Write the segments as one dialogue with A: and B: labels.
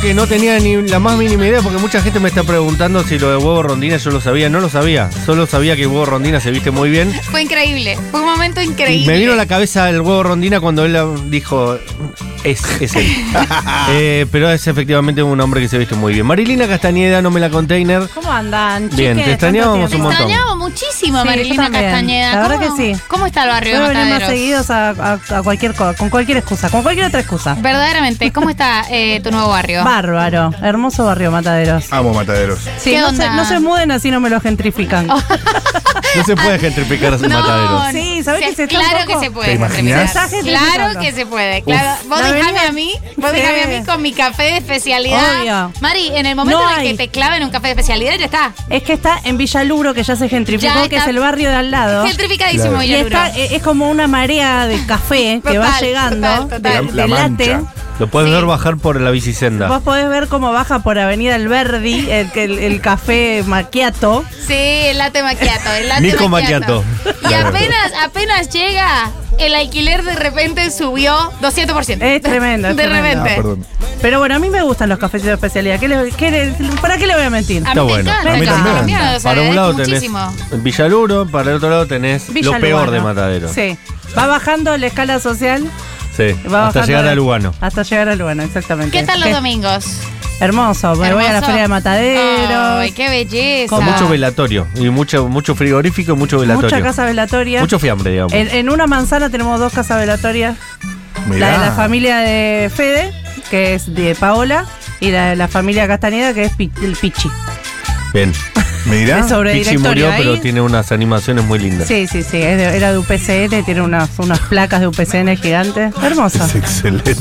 A: que no tenía ni la más mínima idea porque mucha gente me está preguntando si lo de huevo rondina yo lo sabía. No lo sabía. Solo sabía que huevo rondina se viste muy bien.
B: Fue increíble. Fue un momento
A: Y
B: increíble.
A: Me vino a la cabeza el huevo rondina cuando él dijo, es, es él. Eh, pero es efectivamente un hombre que se viste muy bien. Marilina Castañeda, no me la container.
C: ¿Cómo andan?
A: Bien, te extrañábamos
B: Te
A: un montón.
B: extrañaba muchísimo,
C: Sí, yo
B: Marilina
C: también.
B: Castañeda.
C: La verdad
B: ¿Cómo-
C: que sí.
B: ¿Cómo está el barrio
C: Puedo
B: de
C: venir más
B: Mataderos?
C: seguidos a, a- a cualquier cosa, con cualquier excusa, con cualquier otra excusa.
B: Verdaderamente, ¿cómo está eh, tu nuevo barrio?
C: Bárbaro, hermoso barrio Mataderos.
D: Amo mataderos.
C: Sí,
B: ¿Qué
C: no,
B: onda? Oh.
C: Se, no se muden así, no me lo gentrifican.
A: No se puede gentrificar ese matadero.
C: Sí, ¿sabés que se está un
B: Claro
C: poco-
B: que se puede.
D: ¿Te imaginas?
B: Claro
C: Mensajes
B: que se puede. Claro. Vos
C: La
B: dejame
C: avenida-
B: a mí, vos
C: Sí.
B: dejame a mí con mi café de especialidad.
C: Obvio.
B: Mari, en el momento
C: No
B: en el
C: hay.
B: que te claven un café de especialidad ya está.
C: Es que está en Villaluro, que ya se gentrificó,
B: Ya
C: que
B: está-
C: es el barrio de al lado.
B: Gentrificadísimo
D: Claro.
C: Y
B: Villaluro.
C: está, e- es como una marea de café que va
B: Total,
C: llegando.
B: total, total.
D: La-
C: de-
D: la
C: de
D: mancha.
C: latte.
A: Lo puedes
B: Sí.
A: ver bajar por la bicisenda.
C: Vos podés ver cómo baja por Avenida Alberdi el, el, el café maquiato.
B: Sí, el latte macchiato, el latte
A: Nico macchiato.
B: Y apenas, apenas llega, el alquiler de repente subió 200%.
C: Es tremendo, es
B: de
C: tremendo.
B: repente.
D: Ah, perdón.
C: Pero bueno, a mí me gustan los cafecitos de especialidad. ¿Qué le- qué le- ¿Para qué le voy a mentir?
B: A mí
A: Está
B: me
A: bueno.
B: encanta,
D: A mí
B: yo soy
D: también.
B: colombiana, o sea,
A: Para un
B: agradezco
A: lado tenés
B: muchísimo.
A: Villaluro, para el otro lado tenés lo peor
C: Lugano.
A: de Matadero.
C: Sí. Va bajando la escala social.
A: Sí,
C: va
A: hasta
C: bajando
A: llegar
C: la-
A: a Lugano.
C: Hasta llegar a Lugano, exactamente.
B: ¿Qué tal los domingos?
C: Hermoso. Me voy a la
B: ¿Hermoso?
C: feria de Mataderos.
B: Ay, qué belleza.
A: Con mucho velatorio y mucho, mucho frigorífico y mucho velatorio.
C: Mucha casa velatoria.
A: Mucho fiambre, digamos.
C: En, en una manzana tenemos dos casas velatorias.
D: Mirá.
C: La de la familia de Fede, que es de Paola, y la de la familia Castañeda, que es Pi- el Pichi.
A: Bien.
D: Mirá.
C: Es sobre
A: Pichi
C: directorio
A: murió,
C: ahí.
A: pero tiene unas animaciones muy lindas.
C: Sí, sí, sí, es de- era de UPCN, tiene unas, unas placas de UPCN gigantes. Hermoso.
D: Es excelente.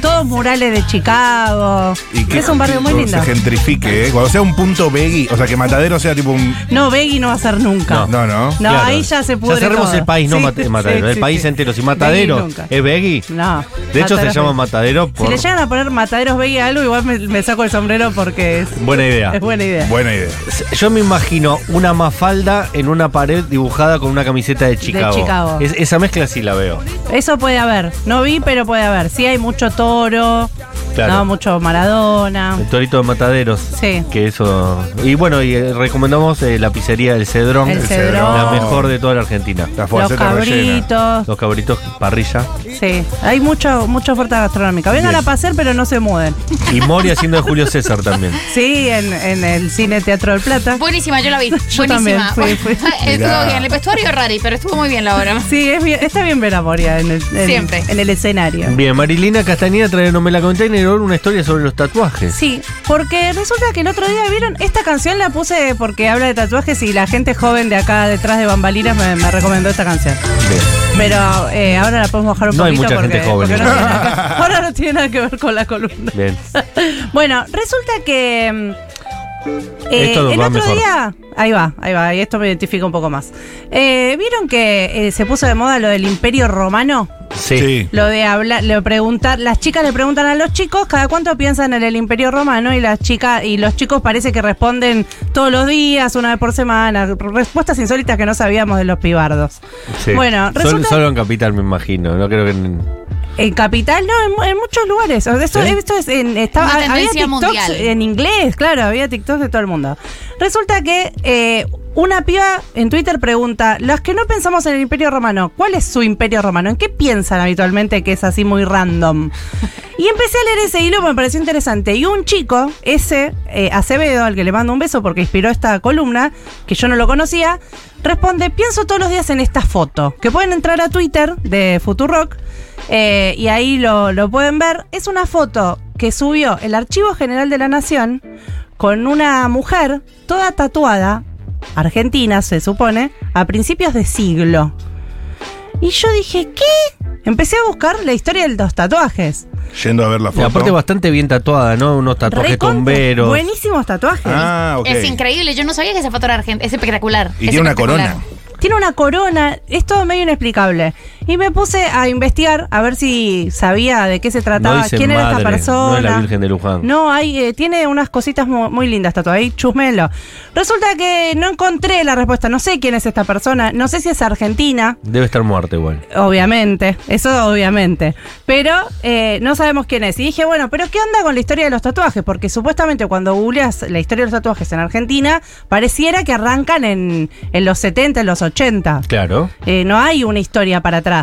C: Todos murales de Chicago. es un barrio muy
D: Se
C: lindo.
D: gentrifique, ¿eh? Cuando sea un punto veggie, o sea, que matadero sea tipo un.
C: No, Veggie no va a ser nunca.
A: No.
D: No, no.
C: No,
A: Claro.
C: ahí ya se pudo.
A: cerremos el país, no Mate- Matadero. el país entero. Si Matadero es Beggy.
C: No.
A: De hecho, se
C: Mataderos
A: llama
C: Veggie.
A: Matadero por
C: Si le llegan a poner Mataderos Veggie a algo, igual me, me saco el sombrero porque es,
A: buena idea.
C: es buena idea.
D: Buena idea.
A: Yo me imagino una mafalda en una pared dibujada con una camiseta de Chicago.
C: Chicago. Ah.
A: Es- esa mezcla sí la veo.
C: Eso puede haber. No vi, pero puede haber. Sí hay mucho toro,
A: Claro.
C: no, mucho Maradona.
A: El torito de mataderos.
C: Sí.
A: Que eso. Y bueno, y eh, recomendamos eh, la pizzería del Cedrón.
C: El
D: Cedrón.
A: La mejor de toda la Argentina.
D: La
C: Los
D: fuerza rellena.
C: cabritos.
A: Los cabritos parrilla.
C: Sí. Hay mucho, mucha oferta gastronómica. Vengan
D: Bien.
C: a pasear, pero no se muden.
A: Y Mori haciendo de Julio César también.
C: Sí, en, en el Cine Teatro del Plata.
B: Buenísima, yo la vi.
C: Yo
B: Buenísima.
C: también, fui, fui.
B: estuvo
D: Mirá.
B: bien. El vestuario rari, pero estuvo muy bien la obra.
C: Sí, es bien- está bien ver a Moria en el, en-
B: Siempre.
C: en el escenario.
A: Bien, Marilina Castañeda trae no me la container ahora una historia sobre los tatuajes.
C: Sí, porque resulta que el otro día vieron, esta canción la puse porque habla de tatuajes y la gente joven de acá detrás de bambalinas me, me recomendó esta canción.
A: Bien.
C: Pero eh, ahora la podemos bajar un
A: No hay
C: poquito
A: mucha
C: porque,
A: gente joven
C: porque no
A: igual.
C: tiene nada- ahora no tiene nada que ver con la columna.
A: Bien.
C: Bueno, resulta que mm, eh,
A: Esto nos
C: el
A: va
C: otro
A: mejor.
C: día, ahí va, ahí va, y esto me identifica un poco más. Eh, ¿Vieron que eh, se puso de moda lo del imperio romano?
A: Sí.
C: Lo de hablar, le preguntar, las chicas le preguntan a los chicos cada cuánto piensan en el Imperio Romano y las chicas y los chicos parece que responden todos los días, una vez por semana, respuestas insólitas que no sabíamos de los pibardos.
A: Sí.
C: Bueno,
A: Sol-
C: resulta
A: solo en Capital me imagino. No creo que en-
C: en capital, no, en, mu- en muchos lugares. O sea, Esto,
A: ¿Sí?
C: esto es en estaba-
B: Una
C: había
B: tendencia
C: TikToks
B: mundial.
C: en inglés, claro, había TikToks de todo el mundo. Resulta que eh, una piba en Twitter pregunta, las que no pensamos en el Imperio Romano, ¿cuál es su Imperio Romano? ¿En qué piensan habitualmente que es así muy random? Y empecé a leer ese hilo, porque me pareció interesante. Y un chico, ese eh, Acevedo, al que le mando un beso porque inspiró esta columna, que yo no lo conocía, responde, pienso todos los días en esta foto, que pueden entrar a Twitter de Futurock eh, y ahí lo, lo pueden ver. Es una foto que subió el Archivo General de la Nación con una mujer toda tatuada, argentina se supone, a principios de siglo. Y yo dije, ¿qué? Empecé a buscar la historia de los tatuajes.
D: Yendo a ver la
A: Y
D: foto.
A: aparte bastante bien tatuada, ¿no? Unos tatuajes
C: Recontra-
A: tomberos.
C: Buenísimos tatuajes.
D: Ah, ok.
B: Es increíble. Yo no sabía que esa foto era argentina. Es espectacular.
D: Y
B: es
D: tiene una
B: espectacular.
D: corona.
C: Tiene una corona, es todo medio inexplicable. Y me puse a investigar a ver si sabía de qué se trataba,
A: No dice
C: quién era
A: madre,
C: esta
A: no es la
C: persona.
A: Virgen de Luján.
C: No, hay, eh, tiene unas cositas mu- muy, lindas, Tato, ahí chusmelo. Resulta que no encontré la respuesta, no sé quién es esta persona, no sé si es argentina,
A: Debe estar muerta igual.
C: Obviamente, eso obviamente. Pero eh, no sabemos quién es. Y dije, bueno, pero ¿qué onda con la historia de los tatuajes? Porque supuestamente cuando googleas la historia de los tatuajes en Argentina, pareciera que arrancan en, en los 70, en los 80.
A: Claro.
C: Eh, no hay una historia para atrás.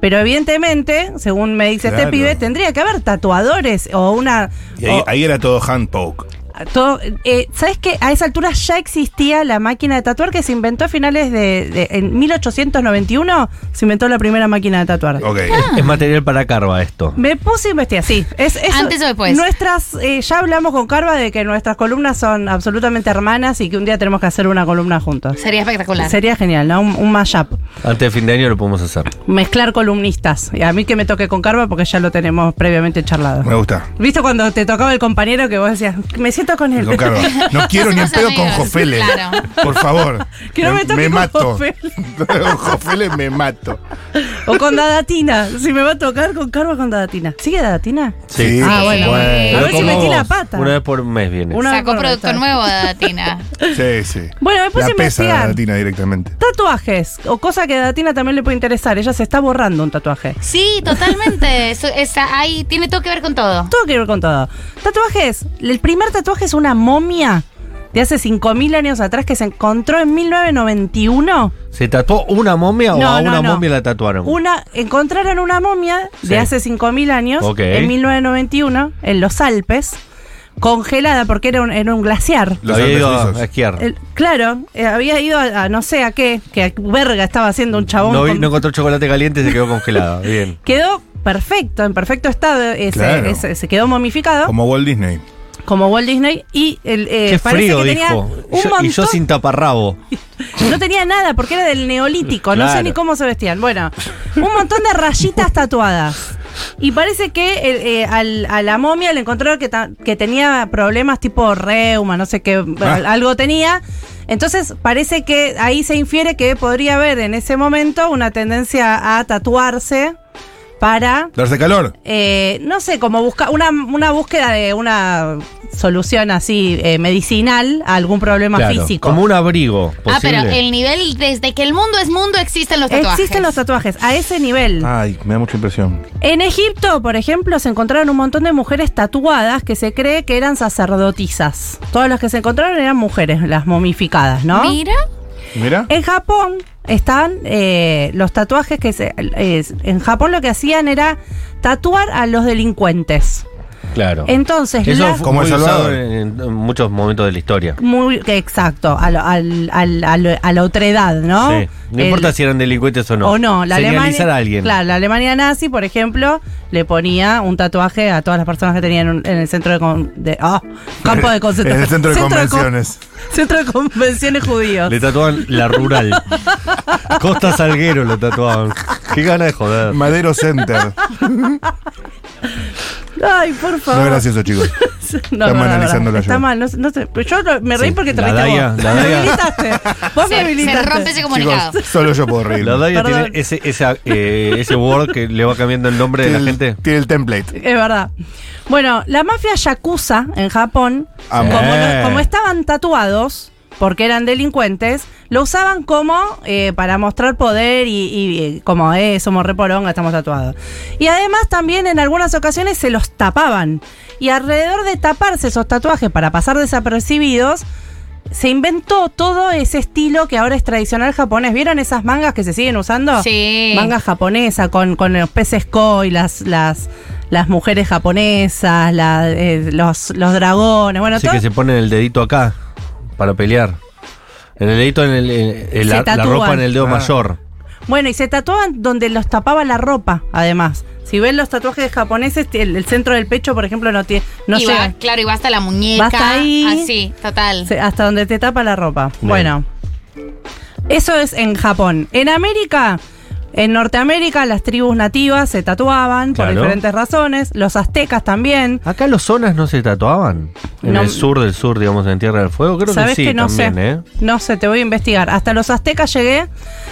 C: Pero evidentemente, según me dice
D: Claro.
C: este pibe, tendría que haber tatuadores o una...
D: Y ahí,
C: o-
D: ahí era todo handpoke.
C: todo, eh, ¿Sabes qué? A esa altura ya existía la máquina de tatuar que se inventó a finales de... de- en 1891 se inventó la primera máquina de tatuar.
D: Ok.
C: Ah.
A: Es material para carva esto.
C: Me puse a investigar, sí. Es, es-
B: Antes o después.
C: Nuestras, eh, ya hablamos con Carva de que nuestras columnas son absolutamente hermanas y que un día tenemos que hacer una columna juntos.
B: Sería espectacular.
C: Sería genial, ¿no? Un, un mashup.
A: Antes de fin de año lo podemos hacer.
C: Mezclar columnistas. Y a mí que me toque con Carva porque ya lo tenemos previamente charlado.
D: Me gusta.
C: ¿Viste cuando te tocaba el compañero que vos decías, me siento con él?
D: Con Carva. No quiero ni en
B: Somos
D: pedo con
B: amigos,
D: Jofele.
B: claro.
D: Por favor.
C: Que no me toque con
D: mato.
C: Jofele.
D: Con Jofele me mato.
C: o con Dadatina. Si me va a tocar con Carva con Dadatina. ¿Sigue Dadatina?
D: Sí,
C: Ah,
D: por
C: bueno.
D: supuesto.
C: A ver
A: Pero
C: si
A: como
C: metí la
A: vos,
C: pata.
A: Una vez por mes viene.
C: Una-
B: Sacó
C: no, no,
B: producto
C: no.
B: nuevo de Datina.
D: Sí, sí.
C: Bueno, me puse
D: La pesa
C: a investigar.
D: la latina directamente.
C: Tatuajes, o cosa que a Datina también le puede interesar. Ella se está borrando un tatuaje.
B: Sí, totalmente. Eso, esa, ahí tiene todo que ver con todo.
C: Todo que ver con todo. Tatuajes. El primer tatuaje es una momia de hace 5.000 años atrás que se encontró en 1991.
A: ¿Se tatuó una momia o
C: No,
A: a
C: no,
A: una
C: no.
A: momia la tatuaron?
C: Una, encontraron una momia
A: Sí.
C: de hace 5.000 años,
A: Ok.
C: en 1991, en los Alpes, congelada porque era un, era un glaciar.
A: Lo
D: Los
A: había ido
D: Andes suizos.
A: a esquiar.
C: El- claro, eh, había ido a, a no sé a qué, que a- verga estaba haciendo un chabón.
A: No, vi-
C: con-
A: no encontró chocolate caliente y se quedó congelado. Bien.
C: Quedó perfecto, en perfecto estado. ese-
D: Claro.
C: ese- se quedó momificado.
D: Como Walt Disney.
C: como Walt Disney y el, eh,
A: Qué
C: parece
A: frío,
C: que tenía
A: dijo.
C: un
A: Y yo, y yo
C: montón-
A: sin taparrabo.
C: no tenía nada porque era del neolítico, no sé
A: Claro.
C: ni cómo se vestían. Bueno, un montón de rayitas tatuadas. Y parece que el, eh, al- a la momia le encontraron que, ta- que tenía problemas tipo reuma, no sé qué,
D: Ah.
C: al- algo tenía. Entonces parece que ahí se infiere que podría haber en ese momento una tendencia a tatuarse para
D: Darse calor.
C: eh, no sé, como busca una, una búsqueda de una solución así eh, medicinal a algún problema
A: Claro,
C: físico.
A: Como un abrigo.
B: Ah,
A: Posible.
B: pero el nivel, desde que el mundo es mundo, existen los tatuajes.
C: Existen los tatuajes a ese nivel.
A: Ah.
D: Ay, me da mucha impresión.
C: En Egipto, por ejemplo, se encontraron un montón de mujeres tatuadas que se cree que eran sacerdotisas. Todas las que se encontraron eran mujeres, las momificadas, ¿no?
B: Mira,
D: Mira.
C: En Japón están eh, los tatuajes que se... eh, en Japón lo que hacían era tatuar a los delincuentes.
A: Claro.
C: Entonces,
A: Eso
C: las-
A: fue
D: Como El
A: muy
D: Salvador.
A: usado en, en muchos momentos de la historia.
C: Muy exacto, a, lo- al- al- a lo- a la otredad, ¿no?
A: Sí. No
C: El-
A: importa si eran delincuentes o no.
C: O no, la
A: Señalizar
C: Alemania.
A: a alguien.
C: Claro, la Alemania nazi, por ejemplo, le ponía un tatuaje a todas las personas que tenían un- en el centro de. con- de- ah, campo de
D: En
C: concentración.
D: el centro de
C: con-
D: convenciones.
C: centro de convenciones judíos.
A: Le tatuaban la rural. Costa Salguero lo tatuaban. Qué gana de joder.
D: Madero Center.
C: Ay, por
D: No
C: favor.
D: es gracioso, chicos.
C: No,
D: Estamos
C: no, no, no,
D: analizando la
C: Está
D: ayuda.
C: mal, no, sé- no sé, pero Yo lo- me reí
A: Sí,
C: porque te
A: la
C: reíste
A: Daya,
C: vos.
A: la
C: me
A: Daya.
C: habilitaste. Vos me
B: se, se
C: habilitaste.
B: rompe ese comunicado.
D: Chicos, solo yo puedo reír.
A: La Daya
C: Perdón.
A: tiene ese, esa, eh, ese word que le va cambiando el nombre de
D: Tiene
A: la
D: el-
A: gente.
D: Tiene el template.
C: Es verdad. Bueno, la mafia yakuza en Japón,
D: Amo.
C: como,
A: Eh.
C: no- como estaban tatuados, porque eran delincuentes, lo usaban como eh, para mostrar poder y, y, eh, como, eh, somos reporonga, estamos tatuados. Y además también en algunas ocasiones se los tapaban. Y alrededor de taparse esos tatuajes para pasar desapercibidos, se inventó todo ese estilo que ahora es tradicional japonés. ¿Vieron esas mangas que se siguen usando?
B: Sí.
C: Manga japonesa con, con los peces koi, las, las, las mujeres japonesas, la- eh, los, los dragones, bueno,
A: Así
C: todo.
A: que se ponen el dedito acá para pelear. En el dedito, en el, en- en
C: Se
A: la, la
C: tatúan.
A: ropa en el dedo
D: Ah.
A: mayor.
C: Bueno, y se tatuaban donde los tapaba la ropa, además. Si ven los tatuajes japoneses, el, el centro del pecho, por ejemplo, no tiene no
B: y
C: llega.
B: va, claro, y va hasta la muñeca.
C: Va hasta ahí.
B: Así, total.
C: Se- Hasta donde te tapa la ropa.
A: Bien.
C: Bueno. Eso es en Japón. En América, en Norteamérica, las tribus nativas se tatuaban por
A: Claro.
C: diferentes razones. Los aztecas también.
A: Acá los zonas no se tatuaban. En
C: No.
A: el sur del sur, digamos, en Tierra del Fuego. Creo que
C: Sabes
A: sí,
C: que no
A: también,
C: sé.
A: ¿eh?
C: No sé, te voy a investigar. Hasta los aztecas llegué,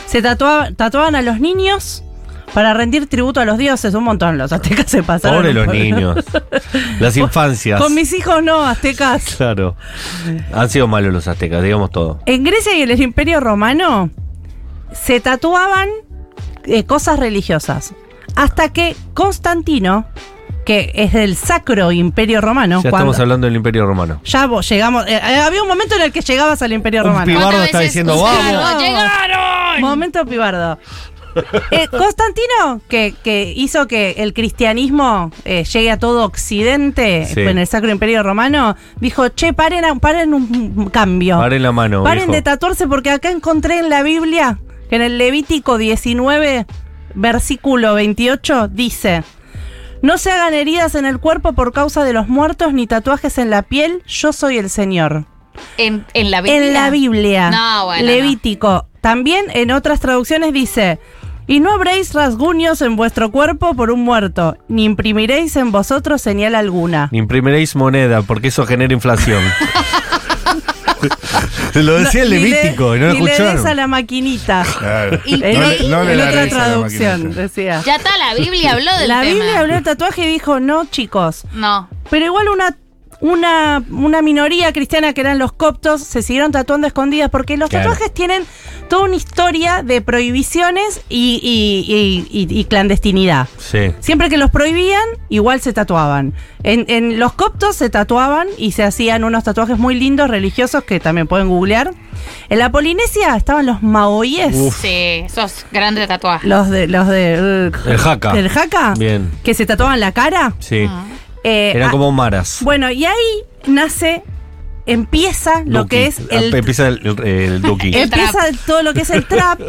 C: se tatua- tatuaban a los niños para rendir tributo a los dioses. Un montón, los aztecas se pasaron.
A: Pobre
C: un
A: los
C: poco.
A: niños. Las infancias.
C: Con mis hijos no, aztecas.
A: Claro. Han sido malos los aztecas, digamos todo.
C: En Grecia y en el Imperio Romano se tatuaban eh, cosas religiosas. Hasta que Constantino, que es del Sacro Imperio Romano,
A: ya
C: cuando-
A: estamos hablando del Imperio Romano.
C: ya vos llegamos. eh, eh, había un momento en el que llegabas al Imperio
A: Un
C: Romano.
A: Pibardo
B: ¿Cuántas
A: está
B: veces
A: diciendo,
B: usaron?
C: "Vamos".
B: ¡Llegaron!
C: Momento pibardo. Eh, Constantino, que, que hizo que el cristianismo eh, llegue a todo Occidente
A: Sí.
C: en el Sacro Imperio Romano, dijo, che, paren, a- paren un cambio.
A: Paren la mano.
C: Paren
A: viejo.
C: de tatuarse porque acá encontré en la Biblia, que en el Levítico 19, versículo 28, dice, no se hagan heridas en el cuerpo por causa de los muertos ni tatuajes en la piel, yo soy el Señor.
B: En, en la Biblia.
C: En la Biblia.
B: No, bueno,
C: Levítico. También en otras traducciones dice. Y no habréis rasguños en vuestro cuerpo por un muerto, ni imprimiréis en vosotros señal alguna.
A: Imprimiréis moneda, porque eso genera inflación. Se lo decía el
C: ni le-
A: Levítico y no lo
C: ni le des
A: escucharon.
C: a la maquinita.
D: Claro.
B: Y-
C: En,
B: No
D: le- no le
C: en
D: daréis a
C: otra
D: la
C: traducción,
D: maquinita.
C: decía.
B: Ya está, la Biblia habló del
C: La
B: tema.
C: Biblia habló de tatuaje y dijo, no chicos,
B: No.
C: Pero igual una, una, una minoría cristiana que eran los coptos se siguieron tatuando a escondidas porque los
A: Claro.
C: tatuajes tienen toda una historia de prohibiciones y, y- y- y- y clandestinidad.
A: Sí.
C: Siempre que los prohibían, igual se tatuaban. En, en los coptos se tatuaban y se hacían unos tatuajes muy lindos, religiosos, que también pueden googlear. En la Polinesia estaban los maoíes.
B: Sí, sos grande tatuaje.
C: Los de, los de.
A: El jaca.
C: El jaca.
A: Bien.
C: Que se tatuaban la cara.
A: Sí.
C: Ah. Eh,
A: Eran
C: ah,
A: como maras.
C: bueno, y ahí nace, empieza lo
A: Duki.
C: que es el.
A: Ah, Empieza el, el, el Duki.
B: El
C: empieza todo lo que es el trap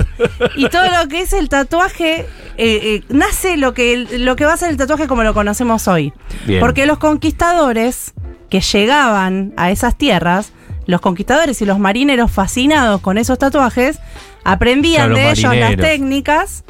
C: y todo lo que es el tatuaje. eh, eh, nace lo que, el- lo que va a ser el tatuaje como lo conocemos hoy.
A: Bien.
C: Porque los conquistadores que llegaban a esas tierras, los conquistadores y los marineros fascinados con esos tatuajes, aprendían
A: Claro,
C: de
A: los
C: ellos las
A: marineros.
C: técnicas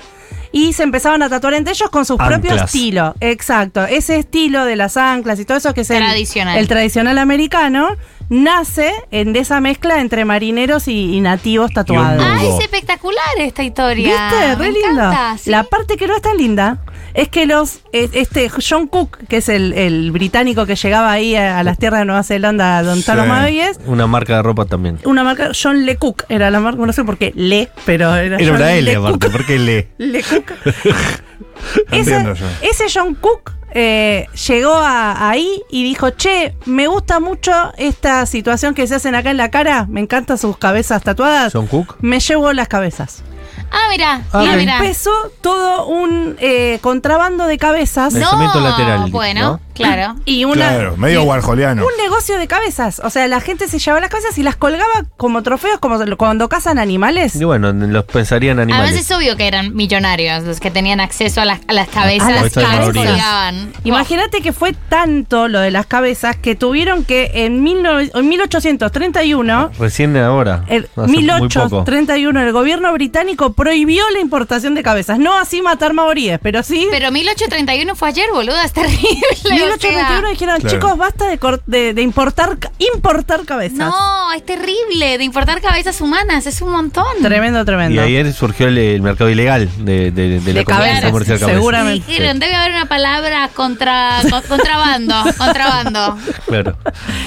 C: y se empezaban a tatuar entre ellos con su propio
A: Anclas.
C: estilo. Exacto, ese estilo de las anclas y todo eso que es el-
B: Tradicional.
C: el tradicional americano, nace en esa mezcla entre marineros y, y nativos tatuados.
A: nudo.
B: Ay,
A: Hugo.
B: es espectacular esta historia.
C: ¿Viste?
B: Me
C: Re linda.
B: encanta, sí.
C: La parte que no es tan linda es que los eh, este John Cook, que es el, el británico que llegaba ahí a, a las tierras de Nueva Zelanda, Don
D: Sí.
C: Carlos Mavies,
A: Una marca de ropa también.
C: una marca, John Le Cook era la marca, no sé por qué, Le, pero era,
A: Era
C: John
A: una L,
C: Le
A: aparte,
C: Cook.
A: porque le.
C: Le Cook. ese,
D: Entiendo yo.
C: ese John Cook eh, llegó a- ahí y dijo, che, me gusta mucho esta situación que se hacen acá en la cara, me encantan sus cabezas tatuadas,
A: ¿Son Cook?
C: me llevo las cabezas.
B: Ah, mira,
A: Ah,
B: ah,
A: ok.
B: mira.
C: Empezó todo un eh, contrabando de cabezas
A: Pensamiento lateral,
B: Bueno,
A: ¿no?
B: claro.
C: y una...
D: Claro, medio
C: y
D: warholiano.
C: Un negocio de cabezas. O sea, la gente se llevaba las cabezas y las colgaba como trofeos, como cuando cazan animales.
A: Y bueno, los pensarían animales.
B: Además es obvio que eran millonarios los que tenían acceso a las, a las cabezas
C: A
A: las
B: que
A: cabezas.
B: colgaban.
C: Imagínate que fue tanto lo de las cabezas que tuvieron que en, 19 en 1831,
A: Recién ahora.
C: el,
A: hace muy poco.
C: 1831, el gobierno británico prohibió la importación de cabezas. No así matar maoríes, pero sí.
B: Pero 1831 fue ayer, boluda, es terrible. o sea.
C: 1831 dijeron,
D: Claro.
C: chicos, basta de, cor- de- de importar ca- importar cabezas.
B: No, es terrible. De importar cabezas humanas, es un montón.
C: Tremendo,
A: Y
C: tremendo.
A: ayer surgió el, el mercado ilegal de, de, de la
C: De cabezas,
A: comercial cabeza.
C: segura-
B: Y Dijeron, debe haber una palabra contra con- contrabando, contrabando.
A: Claro.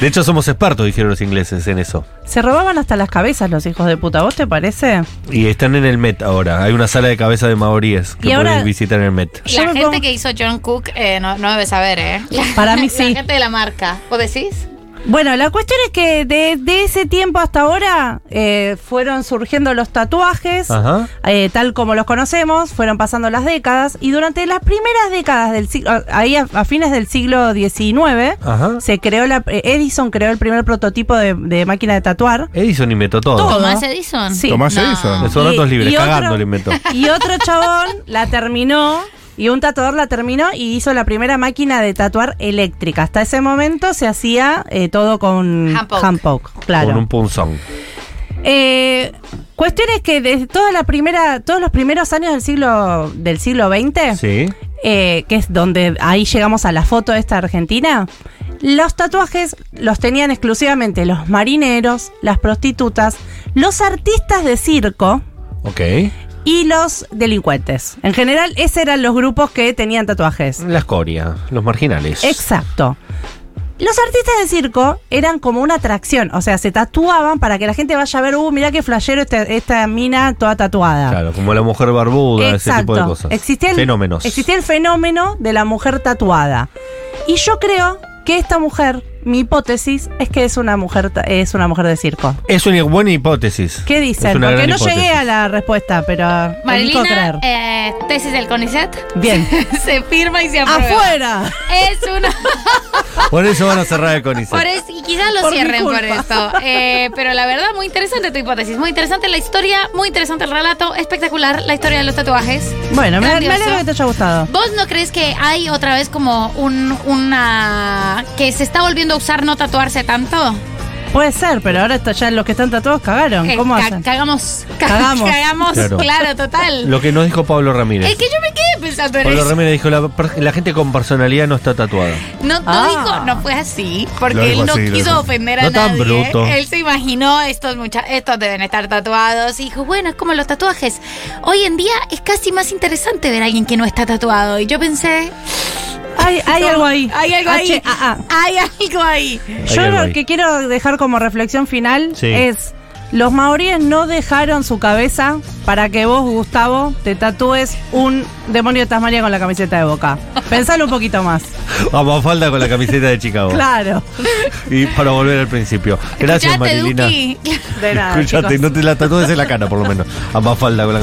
A: De hecho, somos expertos, dijeron los ingleses, en eso.
C: Se robaban hasta las cabezas los hijos de puta, ¿vos te parece?
A: Y están en el Met ahora. Hay una sala de cabeza de maoríes que
C: Y ahora-
A: pueden visitar en el Met.
C: Yo
B: La
C: me
B: gente
C: pongo-
B: que hizo John Cook eh, no, no debe saber, ¿eh? La-
C: Para mí sí.
B: La gente de la marca. ¿Vos decís?
C: Bueno, la cuestión es que de, de ese tiempo hasta ahora eh, fueron surgiendo los tatuajes,
A: Ajá.
C: eh, tal como los conocemos, fueron pasando las décadas y durante las primeras décadas del siglo, ahí a, a fines del siglo XIX,
A: Ajá.
C: se creó la, eh, Edison creó el primer prototipo de, de máquina de tatuar.
A: Edison inventó todo.
C: Todo.
B: Tomás Edison.
C: Sí.
D: Tomás
B: No.
D: Edison.
A: Esos
C: Y-
A: ratos libres,
C: y otro-
A: cagando lo inventó.
C: Y otro chabón la terminó. Y un tatuador la terminó y hizo la primera máquina de tatuar eléctrica. Hasta ese momento se hacía eh, todo con
B: Hand poke.
C: hand poke, claro.
A: Con un punzón.
C: Eh, cuestiones que desde toda la primera, todos los primeros años del siglo del siglo XX,
A: Sí.
C: eh, que es donde ahí llegamos a la foto de esta Argentina, los tatuajes los tenían exclusivamente los marineros, las prostitutas, los artistas de circo
A: Ok.
C: y los delincuentes. En general, esos eran los grupos que tenían tatuajes.
A: La escoria, los marginales.
C: Exacto. Los artistas de circo eran como una atracción, o sea, se tatuaban para que la gente vaya a ver, uh, mirá qué flashero este- esta mina toda tatuada.
A: Claro, como la mujer barbuda, ese tipo de cosas.
C: Existía el,
A: Fenómenos.
C: Existía el fenómeno de la mujer tatuada. Y yo creo que esta mujer, mi hipótesis, es que es una mujer, ta- es una mujer de circo.
A: Es una buena hipótesis.
C: ¿Qué
A: Es
C: dicen?
A: una
C: Porque
A: gran
C: no
A: hipótesis.
C: llegué a la respuesta, pero elijo
B: Marilina,
C: creer.
B: eh, tesis del CONICET.
C: Bien.
B: se firma y se aprueba.
C: ¡Afuera!
B: Es una.
A: Por eso van a cerrar el CONICET.
B: Por es- y quizás lo
C: Por mi
B: cierren por
C: culpa.
B: esto. Eh, pero la verdad, muy interesante tu hipótesis. Muy interesante la historia, muy interesante el relato. Espectacular la historia de los tatuajes.
C: Bueno, me, me
B: Grandioso.
C: alegro que te haya gustado.
B: ¿Vos no crees que hay otra vez como un, una. que se está volviendo a usar no tatuarse tanto?
C: Puede ser, pero ahora esto ya los que están tatuados cagaron.
B: Que
C: ¿Cómo
B: ca-
C: hacen?
B: Cagamos. ca-
C: Cagamos.
B: Cagamos,
A: Claro.
B: claro, total.
A: Lo que nos dijo Pablo Ramírez.
B: es que yo me quedé pensando en
A: Pablo
B: eso.
A: Ramírez dijo, la, per- la gente con personalidad no está tatuada.
B: No, no
C: Ah.
B: dijo, no fue así,
D: Lo
B: porque
D: dijo
B: él no
D: así, lo
B: quiso
D: dijo.
B: ofender a
A: No tan
B: nadie.
A: bruto.
B: Él se imaginó estos mucha- estos deben estar tatuados y dijo, bueno, es como los tatuajes. Hoy en día es casi más interesante ver a alguien que no está tatuado. Y yo pensé,
C: Hay, hay
B: no,
C: algo ahí.
B: Hay algo ahí.
C: H-A-A.
B: Hay algo ahí.
A: Hay
C: Yo
A: algo ahí.
C: lo que quiero dejar como reflexión final
A: Sí.
C: es. Los maoríes no dejaron su cabeza para que vos, Gustavo, te tatúes un demonio de Tasmania con la camiseta de boca. Pensalo un poquito más.
A: Vamos, Ah, falta con la camiseta de Chicago.
C: Claro.
A: Y para volver al principio. Gracias,
B: Escuchate,
A: Marilina.
B: Duki.
C: De nada.
A: Escuchate,
C: chicos.
A: no te la tatúes en la cara, por lo menos. A Mafalda con la